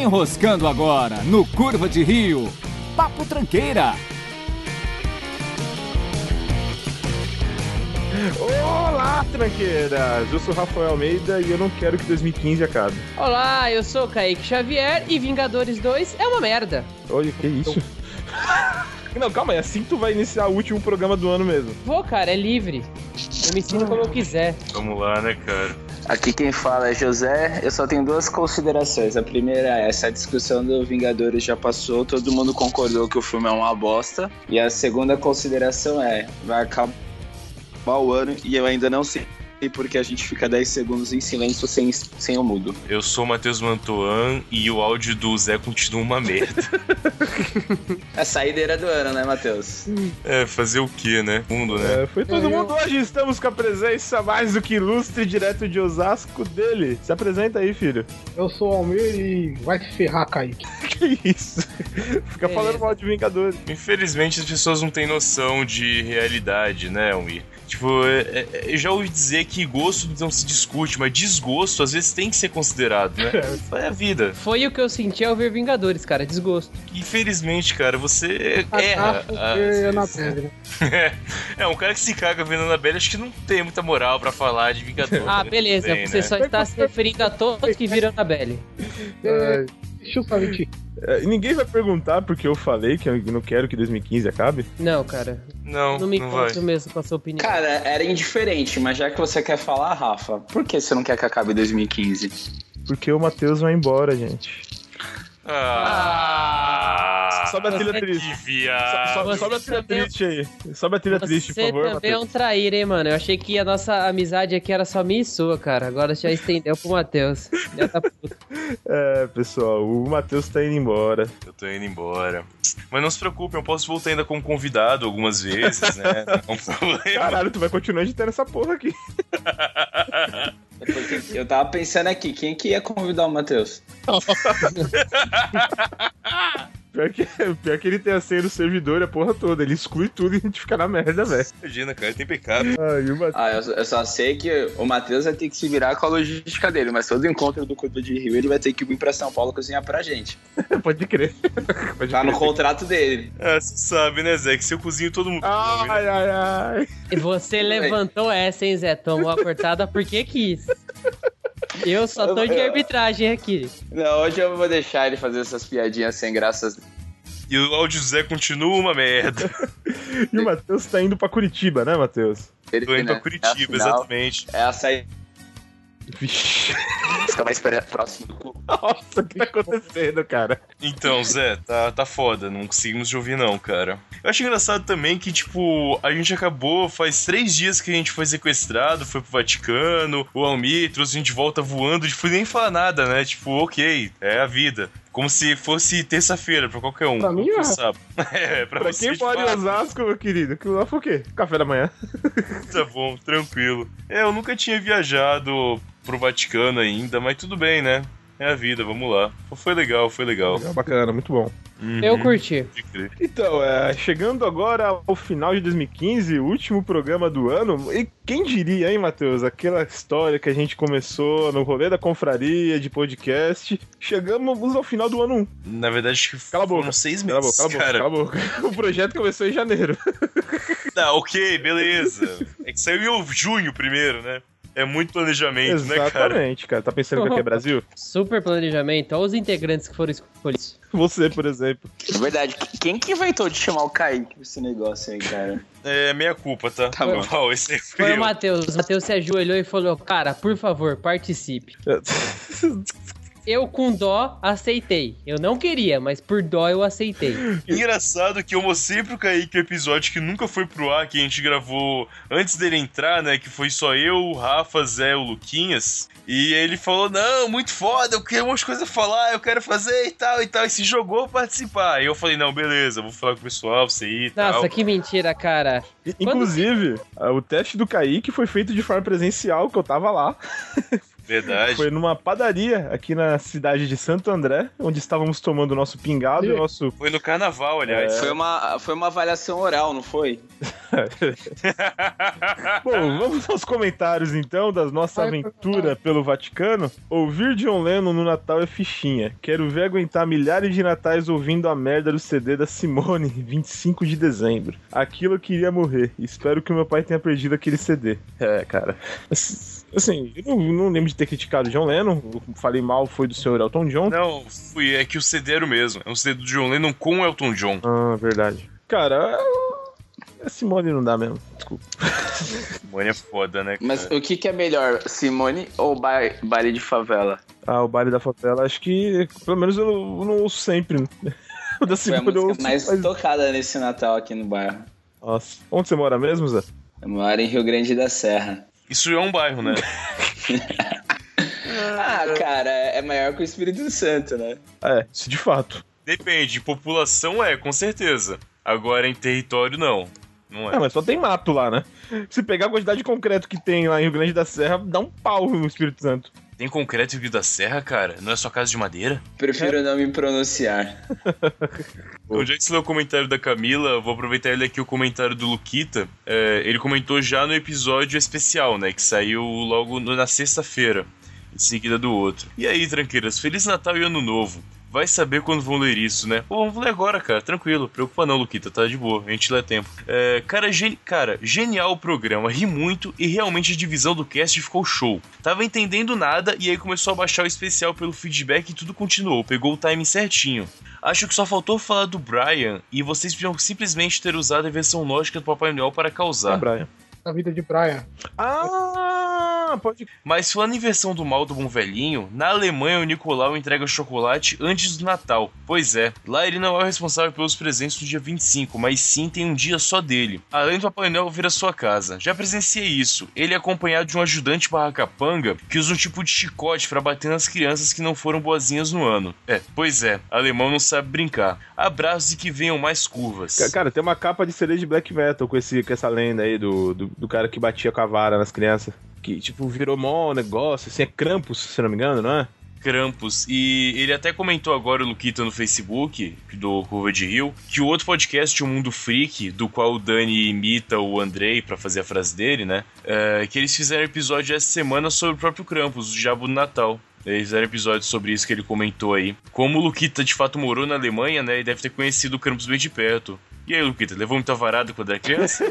Enroscando agora no Curva de Rio. Papo Tranqueira. Olá, tranqueiras! Eu sou Rafael Almeida e eu não quero que 2015 acabe. Olá, eu sou Kaique Xavier e Vingadores 2 é uma merda. Olha, que isso? Não, calma aí, assim tu vai iniciar o último programa do ano mesmo. Vou, cara, é livre. Eu me sinto como eu quiser. Vamos lá, né, cara? Aqui quem fala é José. Eu só tenho duas considerações. A primeira é essa discussão do Vingadores já passou, todo mundo concordou que o filme é uma bosta. E a segunda consideração é vai acabar o ano e eu ainda não sei porque a gente fica 10 segundos em silêncio sem, sem o mudo. Eu sou o Matheus Mantoan e o áudio do Zé continua uma merda. É A saideira do ano, né, Matheus? É, fazer o quê, né? Mundo, né? É, foi todo mundo hoje. Estamos com a presença mais do que ilustre, direto de Osasco dele. Se apresenta aí, filho. Eu sou o Almir e vai se ferrar, Kaique. Que isso? Fica Beleza. falando mal de Vingadores. Infelizmente as pessoas não têm noção de realidade, né, Almir? Tipo, é- é- eu já ouvi dizer que gosto não se discute, mas desgosto às vezes tem que ser considerado, né? É a vida. Foi o que eu senti ao ver Vingadores, cara, desgosto. Infelizmente, cara, você Tá erra. Catástrofe às e vezes. Anabelle, né? É, um cara que se caga vendo Anabelle, acho que não tem muita moral pra falar de Vingadores. Ah, beleza, Também, você né? só está se referindo a todos que viram a Belly. É, Justamente É, e ninguém vai perguntar porque eu falei que eu não quero que 2015 acabe. Não, cara, Não, não não, me vai. encontro mesmo com a sua opinião. Cara, era indiferente, mas já que você quer falar, Rafa, por que você não quer que acabe 2015? Porque o Matheus vai embora, gente. Ah, Sobe a trilha você- triste. que viagem. So- so- você sobe a trilha também- triste aí. Sobe a trilha triste, por Você favor, também é um Matheus. traíra, hein, mano. Eu achei que a nossa amizade aqui era só minha e sua, cara. Agora já estendeu pro Matheus. tá- Filha da puta. É, pessoal, o Matheus tá indo embora. Eu tô indo embora. Mas não se preocupe, eu posso voltar ainda como convidado algumas vezes, né? Não tem problema. Caralho, tu vai continuar editando essa porra aqui. É porque eu tava pensando aqui, quem é que ia convidar o Matheus? Pior que, pior que ele tem a senha do servidor e a porra toda. Ele exclui tudo e a gente fica na merda, velho. Imagina, cara, tem pecado. Ai, o Matheus. Ah, eu, eu só sei que o Matheus vai ter que se virar com a logística dele, mas todo encontro do Corpo de Rio ele vai ter que vir pra São Paulo cozinhar pra gente. Ah, Pode crer. Pode Tá crer. no contrato dele. Ah, você sabe, né, Zé? Que se eu cozinho todo mundo. come, né? Ai, ai, ai. E você levantou essa, hein, Zé? Tomou a cortada porque quis. Eu só tô de arbitragem aqui. Não, hoje eu vou deixar ele fazer essas piadinhas sem graças. E o áudio do Zé continua uma merda. E o Matheus tá indo pra Curitiba, né, Matheus? Ele, Tô indo pra né? Curitiba, Afinal, exatamente. É a saída Vixe. mais pré- próximo do clube. Nossa, o que tá acontecendo, cara? Então, Zé, tá, tá foda, não conseguimos te ouvir não, cara. Eu acho engraçado também que, tipo, a gente acabou, faz três dias que a gente foi sequestrado, foi pro Vaticano, o Almir trouxe a gente de volta voando, tipo, nem falar nada, né? Tipo, ok, é a vida. Como se fosse terça-feira pra qualquer um. Pra mim, Como é. se sábado. É, pra, Pra você, quem de mora em fato. Osasco, meu querido, que lá foi o quê? Café da manhã. Tá bom, tranquilo. É, eu nunca tinha viajado pro Vaticano ainda, mas tudo bem, né? É a vida, vamos lá. Foi legal, foi legal. Bacana, muito bom. Uhum. Eu curti. Pode crer. Então, é, chegando agora ao final de 2015, o último programa do ano, e quem diria, hein, Matheus? Aquela história que a gente começou no rolê da confraria, de podcast, chegamos ao final do ano 1. Na verdade, acho que Cala a boca. foram seis Cala a meses, boca, cala a boca, cara. cala a boca. O projeto começou em janeiro. Tá, ok, beleza. É que saiu em junho primeiro, né? É muito planejamento, né, cara? Exatamente, cara. Tá pensando que aqui é Brasil? Super planejamento. Olha os integrantes que foram escolhidos. Você, por exemplo. É verdade, quem que inventou de chamar o Kaique pra esse negócio aí, cara? É meia culpa, tá? Tá bom. Pau, esse aí Foi foi o eu. Matheus. O Matheus se ajoelhou e falou: Cara, por favor, participe. Eu, com dó, aceitei. Eu não queria, mas por dó eu aceitei. Engraçado que eu mostrei pro Kaique o episódio que nunca foi pro ar, que a gente gravou antes dele entrar, né? Que foi só eu, o Rafa, Zé, o Luquinhas. E ele falou: Não, muito foda, eu quero um monte de coisa a falar, eu quero fazer e tal e tal. E se jogou pra participar. E eu falei: Não, beleza, vou falar com o pessoal, você ir e tal. Nossa, que mentira, cara. Inclusive, ah, o teste do Kaique foi feito de forma presencial, que eu tava lá. Verdade. Foi numa padaria aqui na cidade de Santo André, onde estávamos tomando o nosso pingado e o nosso. Foi no carnaval, aliás. É. Foi, uma, foi uma avaliação oral, não foi? Bom, vamos aos comentários então da nossa aventura pelo Vaticano. Ouvir John Lennon no Natal é fichinha. Quero ver aguentar milhares de natais ouvindo a merda do CD da Simone, 25 de dezembro. Aquilo eu queria morrer. Espero que meu pai tenha perdido aquele CD. É, cara. Assim, eu não, não lembro de ter criticado John Lennon. Eu falei mal foi do senhor Elton John. Não, fui. É que o CD era o mesmo. É um CD do John Lennon com o Elton John. Ah, verdade. Cara, a Simone não dá mesmo. Desculpa. Mano, é foda, né? Mas cara? o que, que é melhor, Simone ou ba- baile de favela? Ah, o baile da favela, acho que pelo menos eu não eu não ouço sempre. né? O da Foi a Simone eu música ouço. mais mas- tocada nesse Natal aqui no bairro. Nossa. Onde você mora mesmo, Zé? Eu moro em Rio Grande da Serra. Isso é um bairro, né? Ah, cara, é maior que o Espírito Santo, né? É, isso de fato. Depende, população é, com certeza. Agora em território, não. Não Ah, é. mas só tem mato lá, né? Se pegar a quantidade de concreto que tem lá em Rio Grande da Serra, dá um pau no Espírito Santo. Tem concreto em Rio da Serra, cara? Não é só casa de madeira? Prefiro não me pronunciar. Bom, Então, já que você leu o comentário da Camila, vou aproveitar ele aqui o comentário do Luquita. É, ele comentou já no episódio especial, né? Que saiu logo no- na sexta-feira, em seguida do outro. E aí, tranqueiras, Feliz Natal e Ano Novo. Vai saber quando vão ler isso, né? Pô, vamos ler agora, cara. Tranquilo, preocupa não, Luquita, tá de boa, a gente lê a tempo. É, cara, gen- cara, genial o programa, ri muito e realmente a divisão do cast ficou show. Tava entendendo nada e aí começou a baixar o especial pelo feedback e tudo continuou, pegou o timing certinho. Acho que só faltou falar do Brian e vocês podiam simplesmente ter usado a versão lógica do Papai Noel para Tá, Ah. causar. Brian. A vida de Brian. Ah, pode. Mas falando em versão do mal do bom velhinho, na Alemanha o Nicolau entrega chocolate antes do Natal. Pois é, lá ele não é o responsável pelos presentes no dia 25, mas sim tem um dia só dele. Além do Papai Noel vir à sua casa. Já presenciei isso. Ele é acompanhado de um ajudante barra capanga que usa um tipo de chicote pra bater nas crianças que não foram boazinhas no ano. É, pois é, alemão não sabe brincar. Abraços e que venham mais curvas. Ca- Cara, tem uma capa de CD de black metal com, esse, com essa lenda aí do, do, do cara que batia com a vara nas crianças. Que, tipo, virou mó negócio, assim, é Krampus, se não me engano, não é? Krampus. E ele até comentou agora, o Luquita, no Facebook, do Curva de Rio, que o outro podcast, O Mundo Freak, do qual o Dani imita o Andrei pra fazer a frase dele, né? é, que eles fizeram episódio essa semana sobre o próprio Krampus, o Diabo do Natal. Eles fizeram episódio sobre isso que ele comentou aí. Como o Luquita de fato morou na Alemanha, né? E deve ter conhecido o Krampus bem de perto. E aí, Luquita, levou muita varada quando era criança?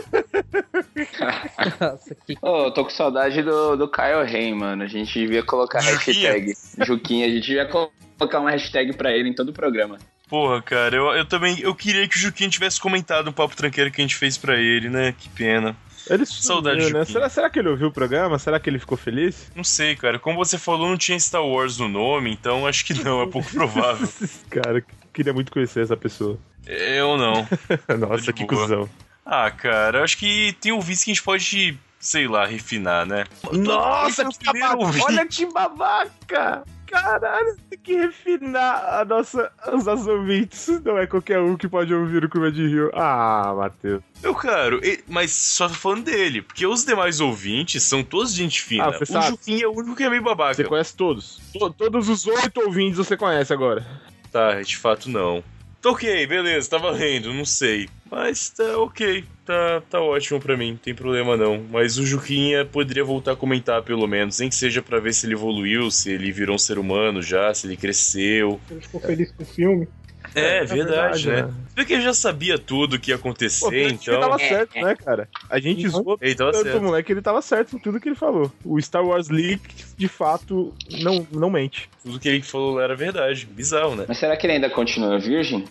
Nossa, que Ô, eu tô com saudade do, do Kyle Ren, mano. A gente devia colocar Juquinha. hashtag. Juquinha, a gente devia colocar uma hashtag pra ele em todo o programa. Porra, cara, eu, eu também. Eu queria que o Juquinho tivesse comentado um papo tranqueiro que a gente fez pra ele, né? Que pena. Ele Saudade sumiu, de né? Juquinha. Será, será que ele ouviu o programa? Será que ele ficou feliz? Não sei, cara. Como você falou, não tinha Star Wars no nome, então acho que não, é pouco provável. Cara, queria muito conhecer essa pessoa. Eu não. Nossa, De que boa. cuzão. Ah, cara, acho que tem ouvintes que a gente pode, sei lá, refinar, né? Nossa, Esse é o que babaca! primeiro ouvinte. Olha que babaca! Caralho, tem que refinar a nossa, os nossos ouvintes. Não é qualquer um que pode ouvir o Curva de Rio. Ah, Matheus. Eu, claro, e- mas só tô falando dele, porque os demais ouvintes são todos gente fina. Ah, você o sabe. Juquinha é o único que é meio Você babaca. conhece todos. To- todos os oito ouvintes você conhece agora. Tá, de fato não. Tá ok, beleza, tá valendo, não sei. Mas tá ok, tá, tá ótimo pra mim, não tem problema não. Mas o Juquinha poderia voltar a comentar pelo menos, nem que seja pra ver se ele evoluiu, se ele virou um ser humano já, se ele cresceu. Ele ficou feliz com o filme. É, verdade, né? né? Porque ele já sabia tudo que ia acontecer, Pô, pior que ele então. tava certo, né, cara? A gente Então- zoou Ele tava tanto o certo. moleque, ele tava certo em tudo que ele falou. O Star Wars League, de fato, não, não mente. Tudo que ele falou lá era verdade. Bizarro, né? Mas será que ele ainda continua virgem?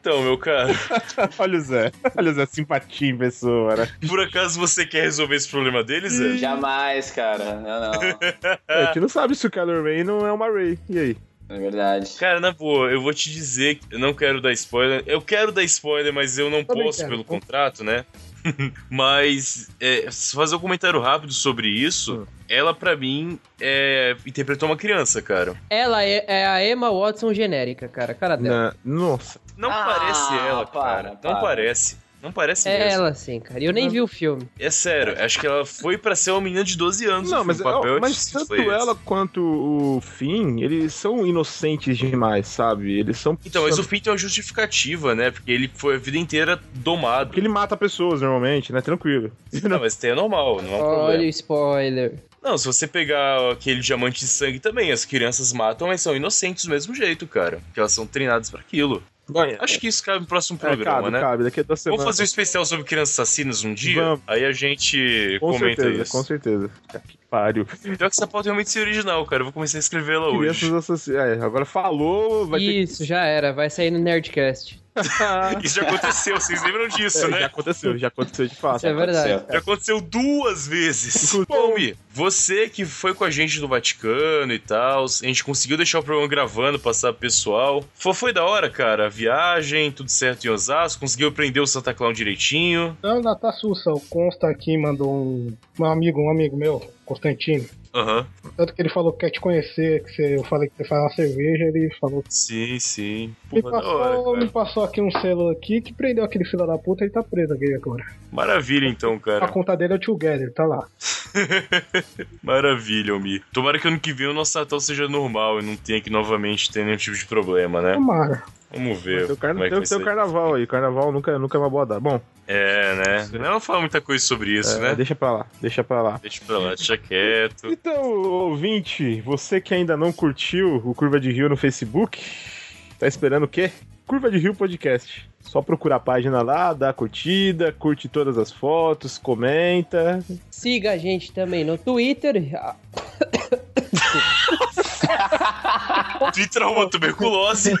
Então, meu cara, Olha o Zé. Olha o Zé, simpatia em pessoa, né? por acaso você quer resolver esse problema dele, Zé? Jamais, cara. Não, não. A gente não sabe se o Kylo Ray não é uma Ray. E aí? É verdade. Cara, na boa, eu vou te dizer que eu não quero dar spoiler. Eu quero dar spoiler, mas eu não Também posso quero. pelo contrato, né? mas é, se fazer um comentário rápido sobre isso. Hum. Ela, pra mim, é, interpretou uma criança, cara. Ela é, é a Emma Watson genérica, cara. Cara dela. Na- Né? Nossa. Não Ah, parece ela, para, cara. para. Não parece. Não parece É mesmo. ela, sim, cara. E Eu nem vi o filme. É sério, acho que ela foi pra ser uma menina de 12 anos. Não, no mas, filme. O papel ó, é mas difícil, tanto foi esse. ela quanto o Finn, eles são inocentes demais, sabe? Eles são. Então, mas o Finn tem uma justificativa, né? Porque ele foi a vida inteira domado. Porque ele mata pessoas normalmente, né? Tranquilo. Não, mas tem é normal, não é um Olha o problema. spoiler. Não, se você pegar aquele diamante de sangue também, as crianças matam, mas são inocentes do mesmo jeito, cara. Porque elas são treinadas pra aquilo. Acho que isso cabe no próximo é, é programa, cabe, né? cabe. Daqui a duas Vamos semanas. fazer um especial sobre crianças assassinas um dia? Vamos. Aí a gente Com comenta certeza, isso. com certeza. Puta Que pariu. Pior que essa pauta realmente ser original, cara. Eu vou começar a escrevê-la hoje. Crianças assassinas. É, agora falou, vai Isso, já era. Vai sair no Nerdcast. ter Isso já aconteceu, vocês lembram disso, que. né? É, já aconteceu, já aconteceu de fato. Isso é verdade. Já aconteceu duas vezes. Inclusive- Bom, Mi, você que foi com a gente no Vaticano e tal, a gente conseguiu deixar o programa gravando, passar pro pessoal. Foi, foi da hora, cara. A viagem, tudo certo em Osasco, conseguiu prender o Santa Clown direitinho. Não, ainda tá sussa. O Consta aqui mandou um, um amigo, um amigo meu, Constantino. Aham. Tanto que ele falou que quer te conhecer, que você- eu falei que você faz uma cerveja, ele falou. Sim, sim. Me Porra, da hora, passou, cara. me passou aqui um selo aqui que prendeu aquele filho da puta, ele tá preso aqui agora. um- Maravilha, então, A cara. conta dele é o Together, tá lá. um- Maravilha, Mi. Tomara que ano que vem o nosso Natal seja normal e não tenha que novamente ter nenhum tipo de problema, né? Tomara. Vamos ver. Tem o como é carna- que tem o vai ser. tem o carnaval aí. Carnaval nunca, nunca é uma boa data. Bom, É, né? Não fala muita coisa sobre isso, é, né? deixa pra lá, deixa pra lá. Deixa pra lá, deixa quieto. Então, ouvinte, você que ainda não curtiu o Curva de Rio no Facebook, tá esperando o quê? Curva de Rio Podcast. Só procura a página lá, dá a curtida, curte todas as fotos, comenta. Siga a gente também no Twitter. Ah, Twitter arroba tuberculose.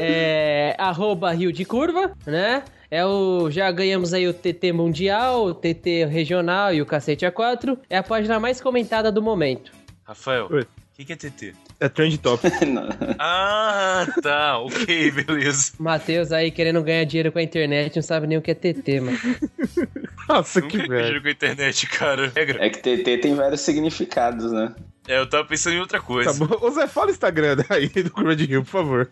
É, arroba Rio de Curva, né? É o, já ganhamos aí o TT Mundial, o TT Regional e o Cacete A4. É a página mais comentada do momento. Rafael, Oi. o que, que é TT? É trend top. Ah, tá. Ok, beleza. Matheus aí querendo ganhar dinheiro com a internet, não sabe nem o que é TT, mano. Nossa, Nunca que velho. giro com a internet, cara. Regra. É que TT tem vários significados, né? É, eu tava pensando em outra Tá coisa. bom. Ô Zé, fala o Instagram aí do Curva de Rio, por favor.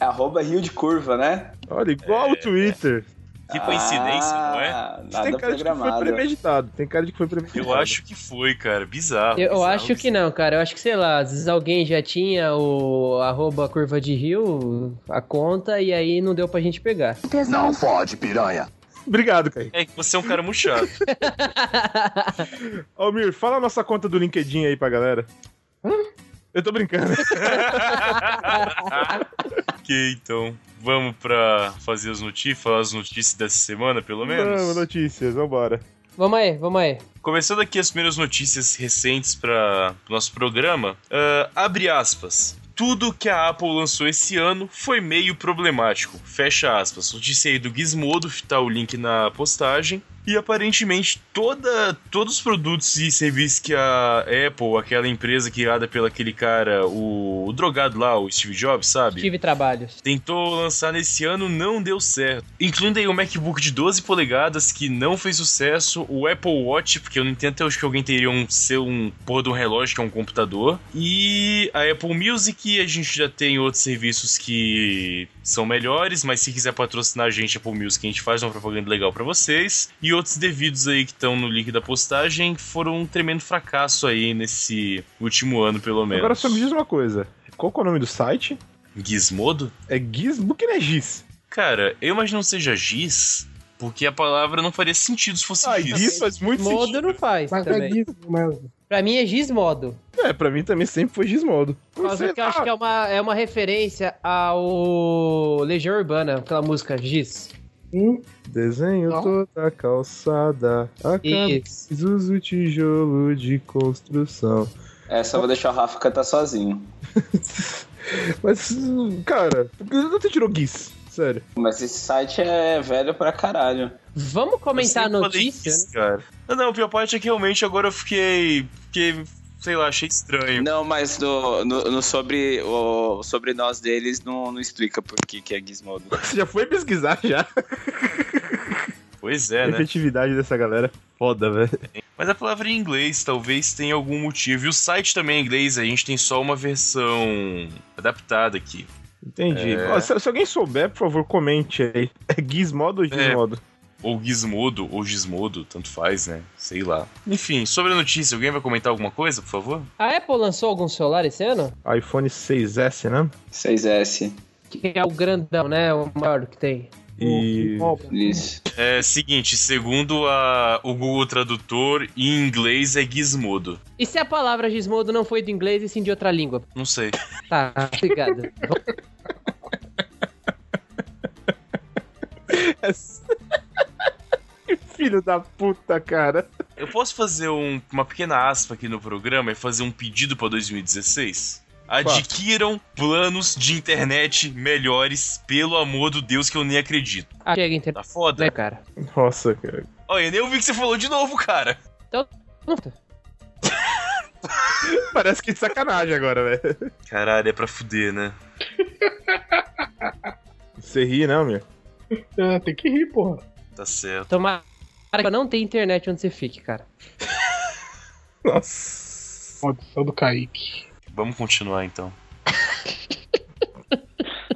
É Arroba Rio de Curva, né? Olha, igual o Twitter. que coincidência, Ah, não é? Nada tem cara de que foi programado. premeditado. Tem cara de que foi premeditado. Eu acho que foi, cara. Bizarro. Eu, bizarro, acho que não, cara. Eu acho que, sei lá, às vezes alguém já tinha o arroba curva de rio, a conta, e aí não deu pra gente pegar. Obrigado, Caio. É que você é um cara muito chato. Almir, fala a nossa conta do LinkedIn aí pra galera. Hum? Eu tô brincando. ok, então. Vamos pra fazer as notícias, falar as notícias dessa semana, pelo menos? Vamos, notícias, vambora. Vamos aí, vamos aí. Começando aqui as primeiras notícias recentes para o nosso programa, ah, abre aspas. Tudo que a Apple lançou esse ano foi meio problemático. Fecha aspas. Notícia aí do Gizmodo, tá o link na postagem. E aparentemente toda, todos os produtos e serviços que a Apple, aquela empresa criada pelo aquele cara, o, o drogado lá, o Steve Jobs, sabe? Tive trabalhos. Tentou lançar nesse ano, não deu certo. Incluindo aí o MacBook de 12 polegadas, que não fez sucesso, o Apple Watch, porque eu não entendo até hoje que alguém teria um seu um porra de um relógio que é um computador. E a Apple Music, a gente já tem outros serviços que são melhores, mas se quiser patrocinar a gente, Apple Music, a gente faz uma propaganda legal pra vocês. E outros devidos aí que estão no link da postagem foram um tremendo fracasso aí nesse último ano, pelo menos. Agora só me diz uma coisa. Qual que é o nome do site? Gizmodo? É Giz... Por que não é Giz? Cara, eu imagino que seja giz, porque a palavra não faria sentido se fosse Ah, giz. Giz faz muito Modo sentido. não faz Mas é também. isso mesmo. Pra mim é gizmodo. É, pra mim também sempre foi Gizmodo. tá Por causa que eu acho que é uma, é uma referência ao Legião Urbana, aquela música Giz. Hum, Desenho Não. toda a calçada, a Isso. camisa, uso tijolo de construção. Essa eu É, vou deixar o Rafa cantar sozinho. Mas, cara, por que você tirou Giz? Sério. Mas esse site é velho pra caralho. Vamos comentar a Eu sempre falei notícia? giz, né? cara. Não, não, a pior parte é que realmente agora eu fiquei. Fiquei, sei lá, achei estranho. Não, mas no, no- no sobre, o, sobre nós deles não, não explica por que, que é Gizmodo. Você já foi pesquisar já Pois a é, né? efetividade dessa galera. Foda, velho. Mas a palavra em inglês talvez tenha algum motivo. E o site também é em inglês, a gente tem só uma versão adaptada aqui. Entendi. É. Ó, se, se alguém souber, por favor, comente aí. É Gizmodo ou Gizmodo? Ou Gizmodo, ou Gizmodo, tanto faz, né? Sei lá. Enfim, sobre a notícia, alguém vai comentar alguma coisa, por favor? A Apple lançou algum celular esse ano? iPhone 6S, né? 6S. Que é o grandão, né? O maior que tem. E. Ó, Isso. É seguinte, segundo a- o Google Tradutor, em inglês é Gizmodo. E se a palavra gizmodo não foi do inglês e sim de outra língua? Não sei. Tá, obrigado. Filho da puta, cara. Eu posso fazer um- uma pequena aspa aqui no programa e fazer um pedido pra 2016? Adquiram planos de internet melhores, pelo amor do Deus, que eu nem acredito. Ah, chega a internet, Tá foda? né, cara? Nossa, cara. Olha, eu nem ouvi que você falou de novo, cara. Puta. Parece que de sacanagem agora, velho. Caralho, é pra fuder, né? Você ri, não, meu? é, tem que rir, porra. Tá certo. Tomara que não tem internet onde você fique, cara. Nossa. Maldição do Kaique. Vamos continuar então.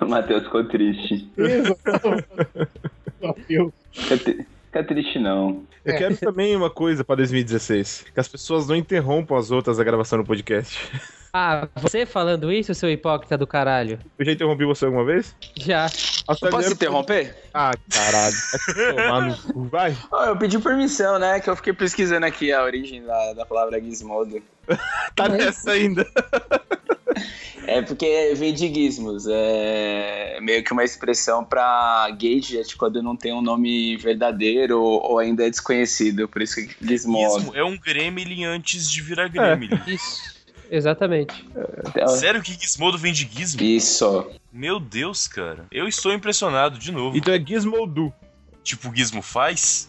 O Matheus ficou triste. Desafio. Fica, tri- fica triste, não. Eu É. quero também uma coisa pra 2016. Que as pessoas não interrompam as outras a gravação do podcast. Ah, você falando isso, seu hipócrita do caralho? Eu já interrompi você alguma vez? Já. Até Eu posso agora- interromper? Ah, caralho. Vai tomar no cu, vai. Ó, eu pedi permissão, né? Que eu fiquei pesquisando aqui a origem da, da palavra gizmodo. Tá nessa ainda. É porque vem de gizmos. É meio que uma expressão pra gadget quando não tem um nome verdadeiro ou, ou ainda é desconhecido. Por isso que gizmodo. Gizmo é um gremlin antes de virar gremlin. Isso. Exatamente. Então, Sério que Gizmodo vem de Gizmo? Isso. Meu Deus, cara. Eu estou impressionado de novo. Então é Gizmodu. Tipo, Gizmo faz?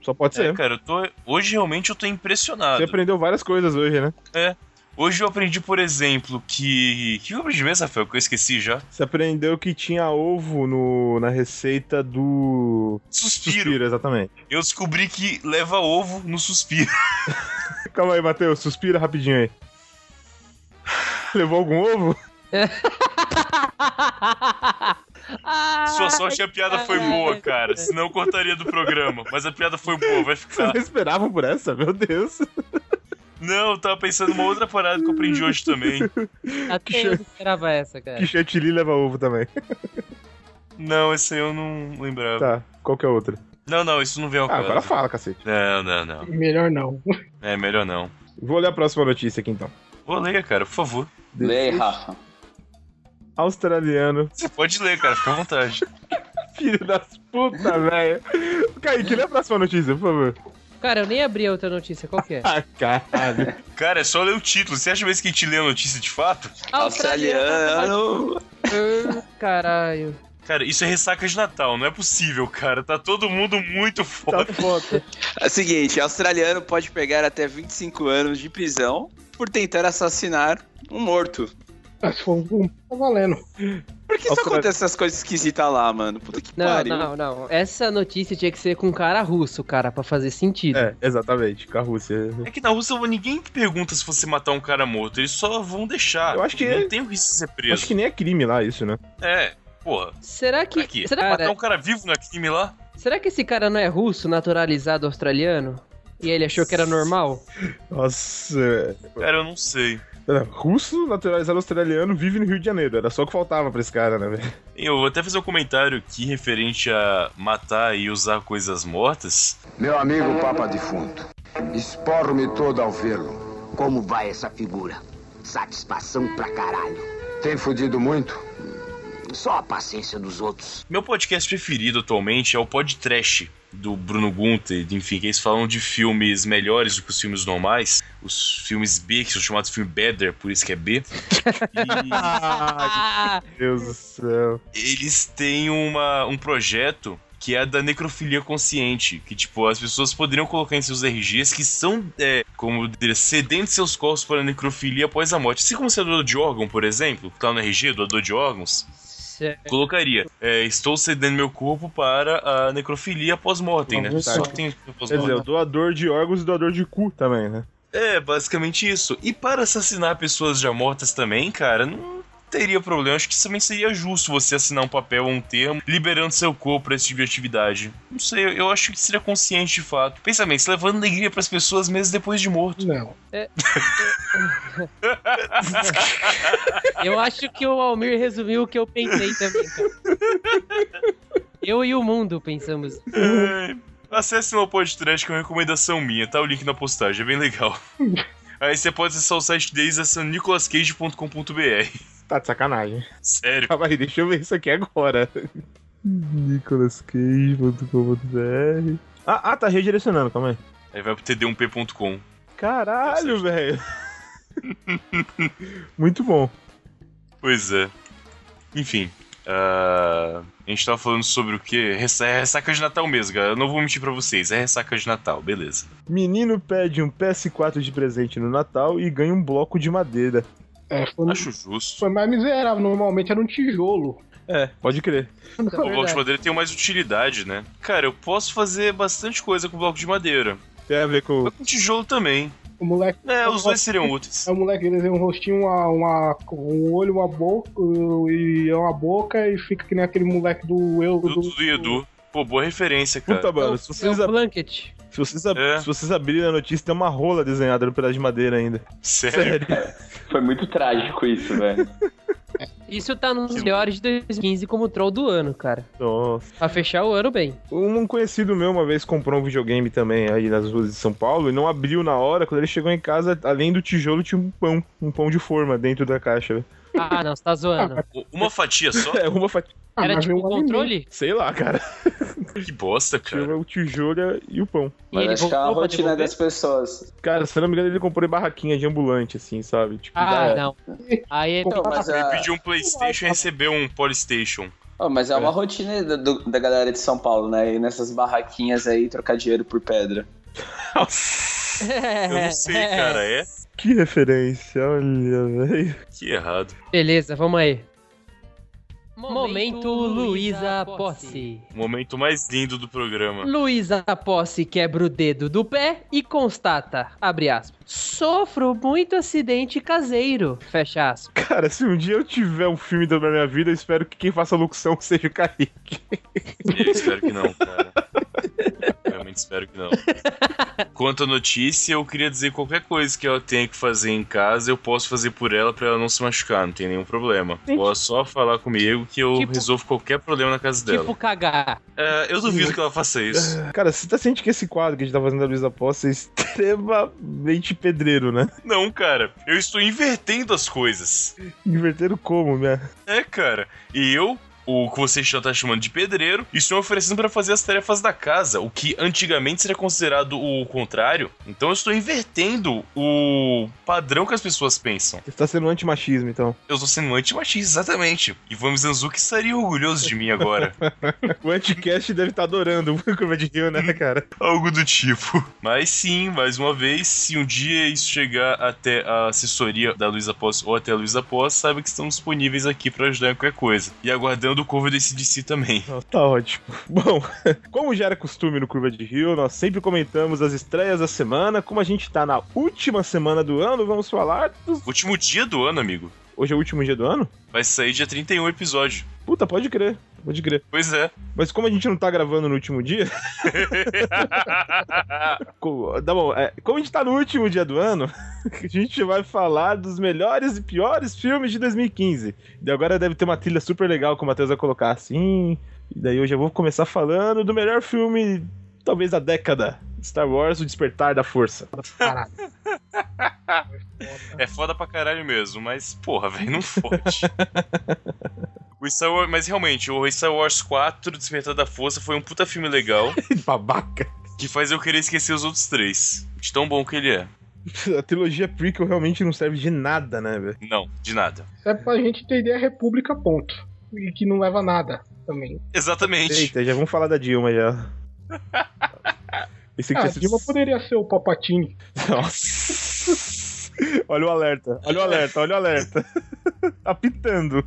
Só pode É, ser. cara, eu tô. Hoje realmente eu tô Você impressionado. aprendeu várias coisas hoje, né? Hoje eu aprendi, por exemplo, que. que eu aprendi mesmo, Rafael? Que eu esqueci já. Você aprendeu que tinha ovo no, na receita do. Suspiro. exatamente. Eu descobri que leva ovo no suspiro. Calma aí, Matheus, suspira rapidinho aí. Levou algum ovo? Ah, Sua sorte é que a piada foi ai. boa, cara. Senão eu cortaria do programa. Mas a piada foi boa, vai Vocês ficar. não esperavam por essa? Meu Deus. Não, eu tava pensando numa outra parada que eu aprendi hoje também. Até eu esperava essa, cara. Que chantilly leva ovo também. Não, esse aí eu não lembrava. Tá, qual que é a outra? Não, não, isso não vem ao Ah, caso. agora fala, cacete. Não, não, não. Melhor não. É melhor não. Vou ler a próxima notícia aqui então. Vou ler, cara, por favor. Lei, Rafa. Australiano, Você pode ler, cara, fica à vontade. filho das putas, velho. Kaique, lê a próxima notícia, por favor. Cara, eu nem abri a outra notícia. Qual que é? Ah, caralho. Cara, é só ler o título. Você acha mesmo que a gente lê a notícia de fato? Australiano. Ah, Caralho. Cara, isso é ressaca de Natal, não é possível, cara. Tá todo mundo muito Tá foda. foda. É o seguinte, australiano pode pegar até 25 anos de prisão por tentar assassinar um morto. Mas foi um. Tá valendo. Por é que só Austrália- acontece essas coisas esquisitas lá, mano? Puta que Não, pariu. não, não. Essa notícia tinha que ser com um cara russo, cara, pra fazer sentido. É, exatamente, com a Rússia. É que na Rússia ninguém pergunta se você matar um cara morto. Eles só vão deixar. Eu acho que- Não tem o risco de ser preso. Acho que nem é crime lá isso, né? É, porra. Será que. é? Aqui. Será, Matar cara, um cara então- vivo na crime lá? será que esse cara não é russo, naturalizado australiano? E ele achou que era normal? Nossa. é. Cara, eu não sei. Era Russo, naturalizado australiano, vive no Rio de Janeiro. Era só o que faltava pra esse cara, né, velho? Eu vou até fazer um comentário aqui referente a matar e usar coisas mortas. Meu amigo Papa Defunto, esporro-me todo ao vê-lo. Como vai essa figura? Satisfação pra caralho. Tem fudido muito? Só a paciência dos outros. Meu podcast preferido atualmente é o podcast do Bruno Gunter, enfim, que eles falam de filmes melhores do que os filmes normais, os filmes B, que são chamados filme Better, por isso que é B. E Ah, Meu Deus do céu. eles têm uma, um projeto que é a da necrofilia consciente, que tipo, as pessoas poderiam colocar em seus RGs que são, é, como eu diria, cedendo seus corpos para a necrofilia após a morte. Assim como ser doador de órgão, por exemplo, que tá no RG, doador de órgãos, cê- Colocaria. É, estou cedendo meu corpo para a necrofilia pós-mortem, né? Olha só. Só que tem Quer dizer, o pós-mortem. doador de órgãos e doador de cu também, né? É, basicamente isso. E para assassinar pessoas já mortas também, cara, não teria problema. Acho que também seria justo você assinar um papel ou um termo liberando seu corpo pra esse tipo de atividade. Não sei, eu acho que seria consciente de fato. Pensa bem, se levando alegria pras pessoas meses depois de morto. Não. Eu acho que o Almir resumiu o que eu pensei também, cara. Eu e o mundo pensamos. Uhum. É, Acesse meu podcast que é uma recomendação minha, tá? O link na postagem, é bem legal. Aí você pode acessar o site deles acessando nicolascage.com.br. Tá de sacanagem. Sério. Calma aí, deixa eu ver isso aqui agora. nicolascage.com.br ah, ah, tá redirecionando, calma aí. Aí vai pro td1p.com. Caralho, velho. Muito bom. Pois é. Enfim. ah, a gente tava falando sobre o quê? Ressa- É ressaca de Natal mesmo, galera. Eu não vou mentir pra vocês. É ressaca de Natal, beleza. Menino pede um PS4 de presente no Natal e ganha um bloco de madeira. É, foi, Acho justo. foi mais miserável. Normalmente era um tijolo. É, pode crer. O bloco de madeira tem mais utilidade, né? Cara, eu posso fazer bastante coisa com bloco de madeira. Tem a ver com. Mas com tijolo também. O moleque. É, os dois seriam úteis. É um moleque que desenha um rostinho, uma, uma- um olho, uma boca e é uma boca e fica que nem aquele moleque do eu Do, do Edu. Pô, boa referência, cara. Puta, mano, se É vocês, o ab- blanket. se, vocês ab- É. se vocês abrirem a notícia, tem uma rola desenhada no pedaço de madeira ainda. Sério. Sério. Foi muito trágico isso, velho. Isso tá nos melhores de 2015 como troll do ano, cara. Nossa. Pra fechar o ano bem. Um conhecido meu uma vez comprou um videogame também aí nas ruas de São Paulo e não abriu na hora. Quando ele chegou em casa, além do tijolo, tinha um pão, um pão de forma dentro da caixa. Ah, não, você tá zoando. Uma fatia só? É, uma fatia. Ah, Era mas tipo veio um um controle? Sei lá, cara. Que bosta, Tinha cara. o tijolo e o pão. E Mas ele acho que é uma voltou pra rotina devolver? das pessoas. Cara, se eu não me engano, ele comprou em barraquinha de ambulante, assim, sabe? Tipo, Ah, é. da- não. Aí é Não, mas, Ele a- pediu um Playstation e recebeu um Polystation. ó, mas é uma rotina da, do- da galera de São Paulo, né? E nessas barraquinhas aí, trocar dinheiro por pedra. Eu não sei, cara. É? Que referência, olha, velho. Que errado. Beleza, vamos aí. Momento Luísa Posse. O momento mais lindo do programa. Luísa Posse quebra o dedo do pé e constata, abre aspas, sofro muito acidente caseiro, fecha aspas. Cara, se um dia eu tiver um filme da minha vida, eu espero que quem faça a locução seja o Kaique. Eu espero que não, cara. Realmente espero que não. Quanto à notícia, eu queria dizer qualquer coisa que ela tenha que fazer em casa, eu posso fazer por ela pra ela não se machucar, não tem nenhum problema. Pode só falar comigo que eu Tipo- resolvo qualquer problema na casa dela. Tipo cagar. É, eu duvido que ela faça isso. Cara, você tá sente que esse quadro que a gente tá fazendo da Luísa Posse é extremamente pedreiro, né? Não, cara. Eu estou invertendo as coisas. Inverteram como, né? minha? É, cara. E eu, o que você já tá chamando de pedreiro, estou oferecendo pra fazer as tarefas da casa, o que antigamente seria considerado o contrário. Então eu estou invertendo o padrão que as pessoas pensam. Você tá sendo antimachismo, então. Eu estou sendo anti-machista, exatamente. E Ivan Mizanzuki estaria orgulhoso de mim agora. O anticast deve estar tá adorando o Curva de Rio, né, cara? Algo do tipo. Mas sim, mais uma vez, se um dia isso chegar até a assessoria da Luísa Pós ou até a Luísa Pós, saiba que estamos disponíveis aqui pra ajudar em qualquer coisa. E aguardando o cover desse DC também. Nossa, tá ótimo. Bom, como já era costume no Curva de Rio, nós sempre comentamos as estreias da semana. Como a gente tá na última semana do ano, vamos falar dos... Último dia do ano, amigo. Hoje é o último dia do ano? Vai sair dia 31 episódio. Puta, pode crer, pode crer. Pois é. Mas como a gente não tá gravando no último dia, co- tá bom, é, como a gente tá no último dia do ano, a gente vai falar dos melhores e piores filmes de 2015. E agora deve ter uma trilha super legal que o Matheus vai colocar assim. E daí eu já vou começar falando do melhor filme, talvez da década. Star Wars, O Despertar da Força. é foda pra caralho mesmo, mas porra, velho, não fode. O Star Wars, mas realmente, o Star Wars 4 Despertar da Força foi um puta filme legal Babaca. que faz eu querer esquecer os outros três. De tão bom que ele é. A trilogia prequel realmente não serve de nada, né, velho? Não, de nada. É pra gente entender a República, ponto. E que não leva a nada também. Exatamente. Eita, já vamos falar da Dilma já. Esse que Ah, a tinha sido- Dilma poderia ser o Papatini. Nossa. olha o alerta, olha o alerta, olha o alerta. Apitando.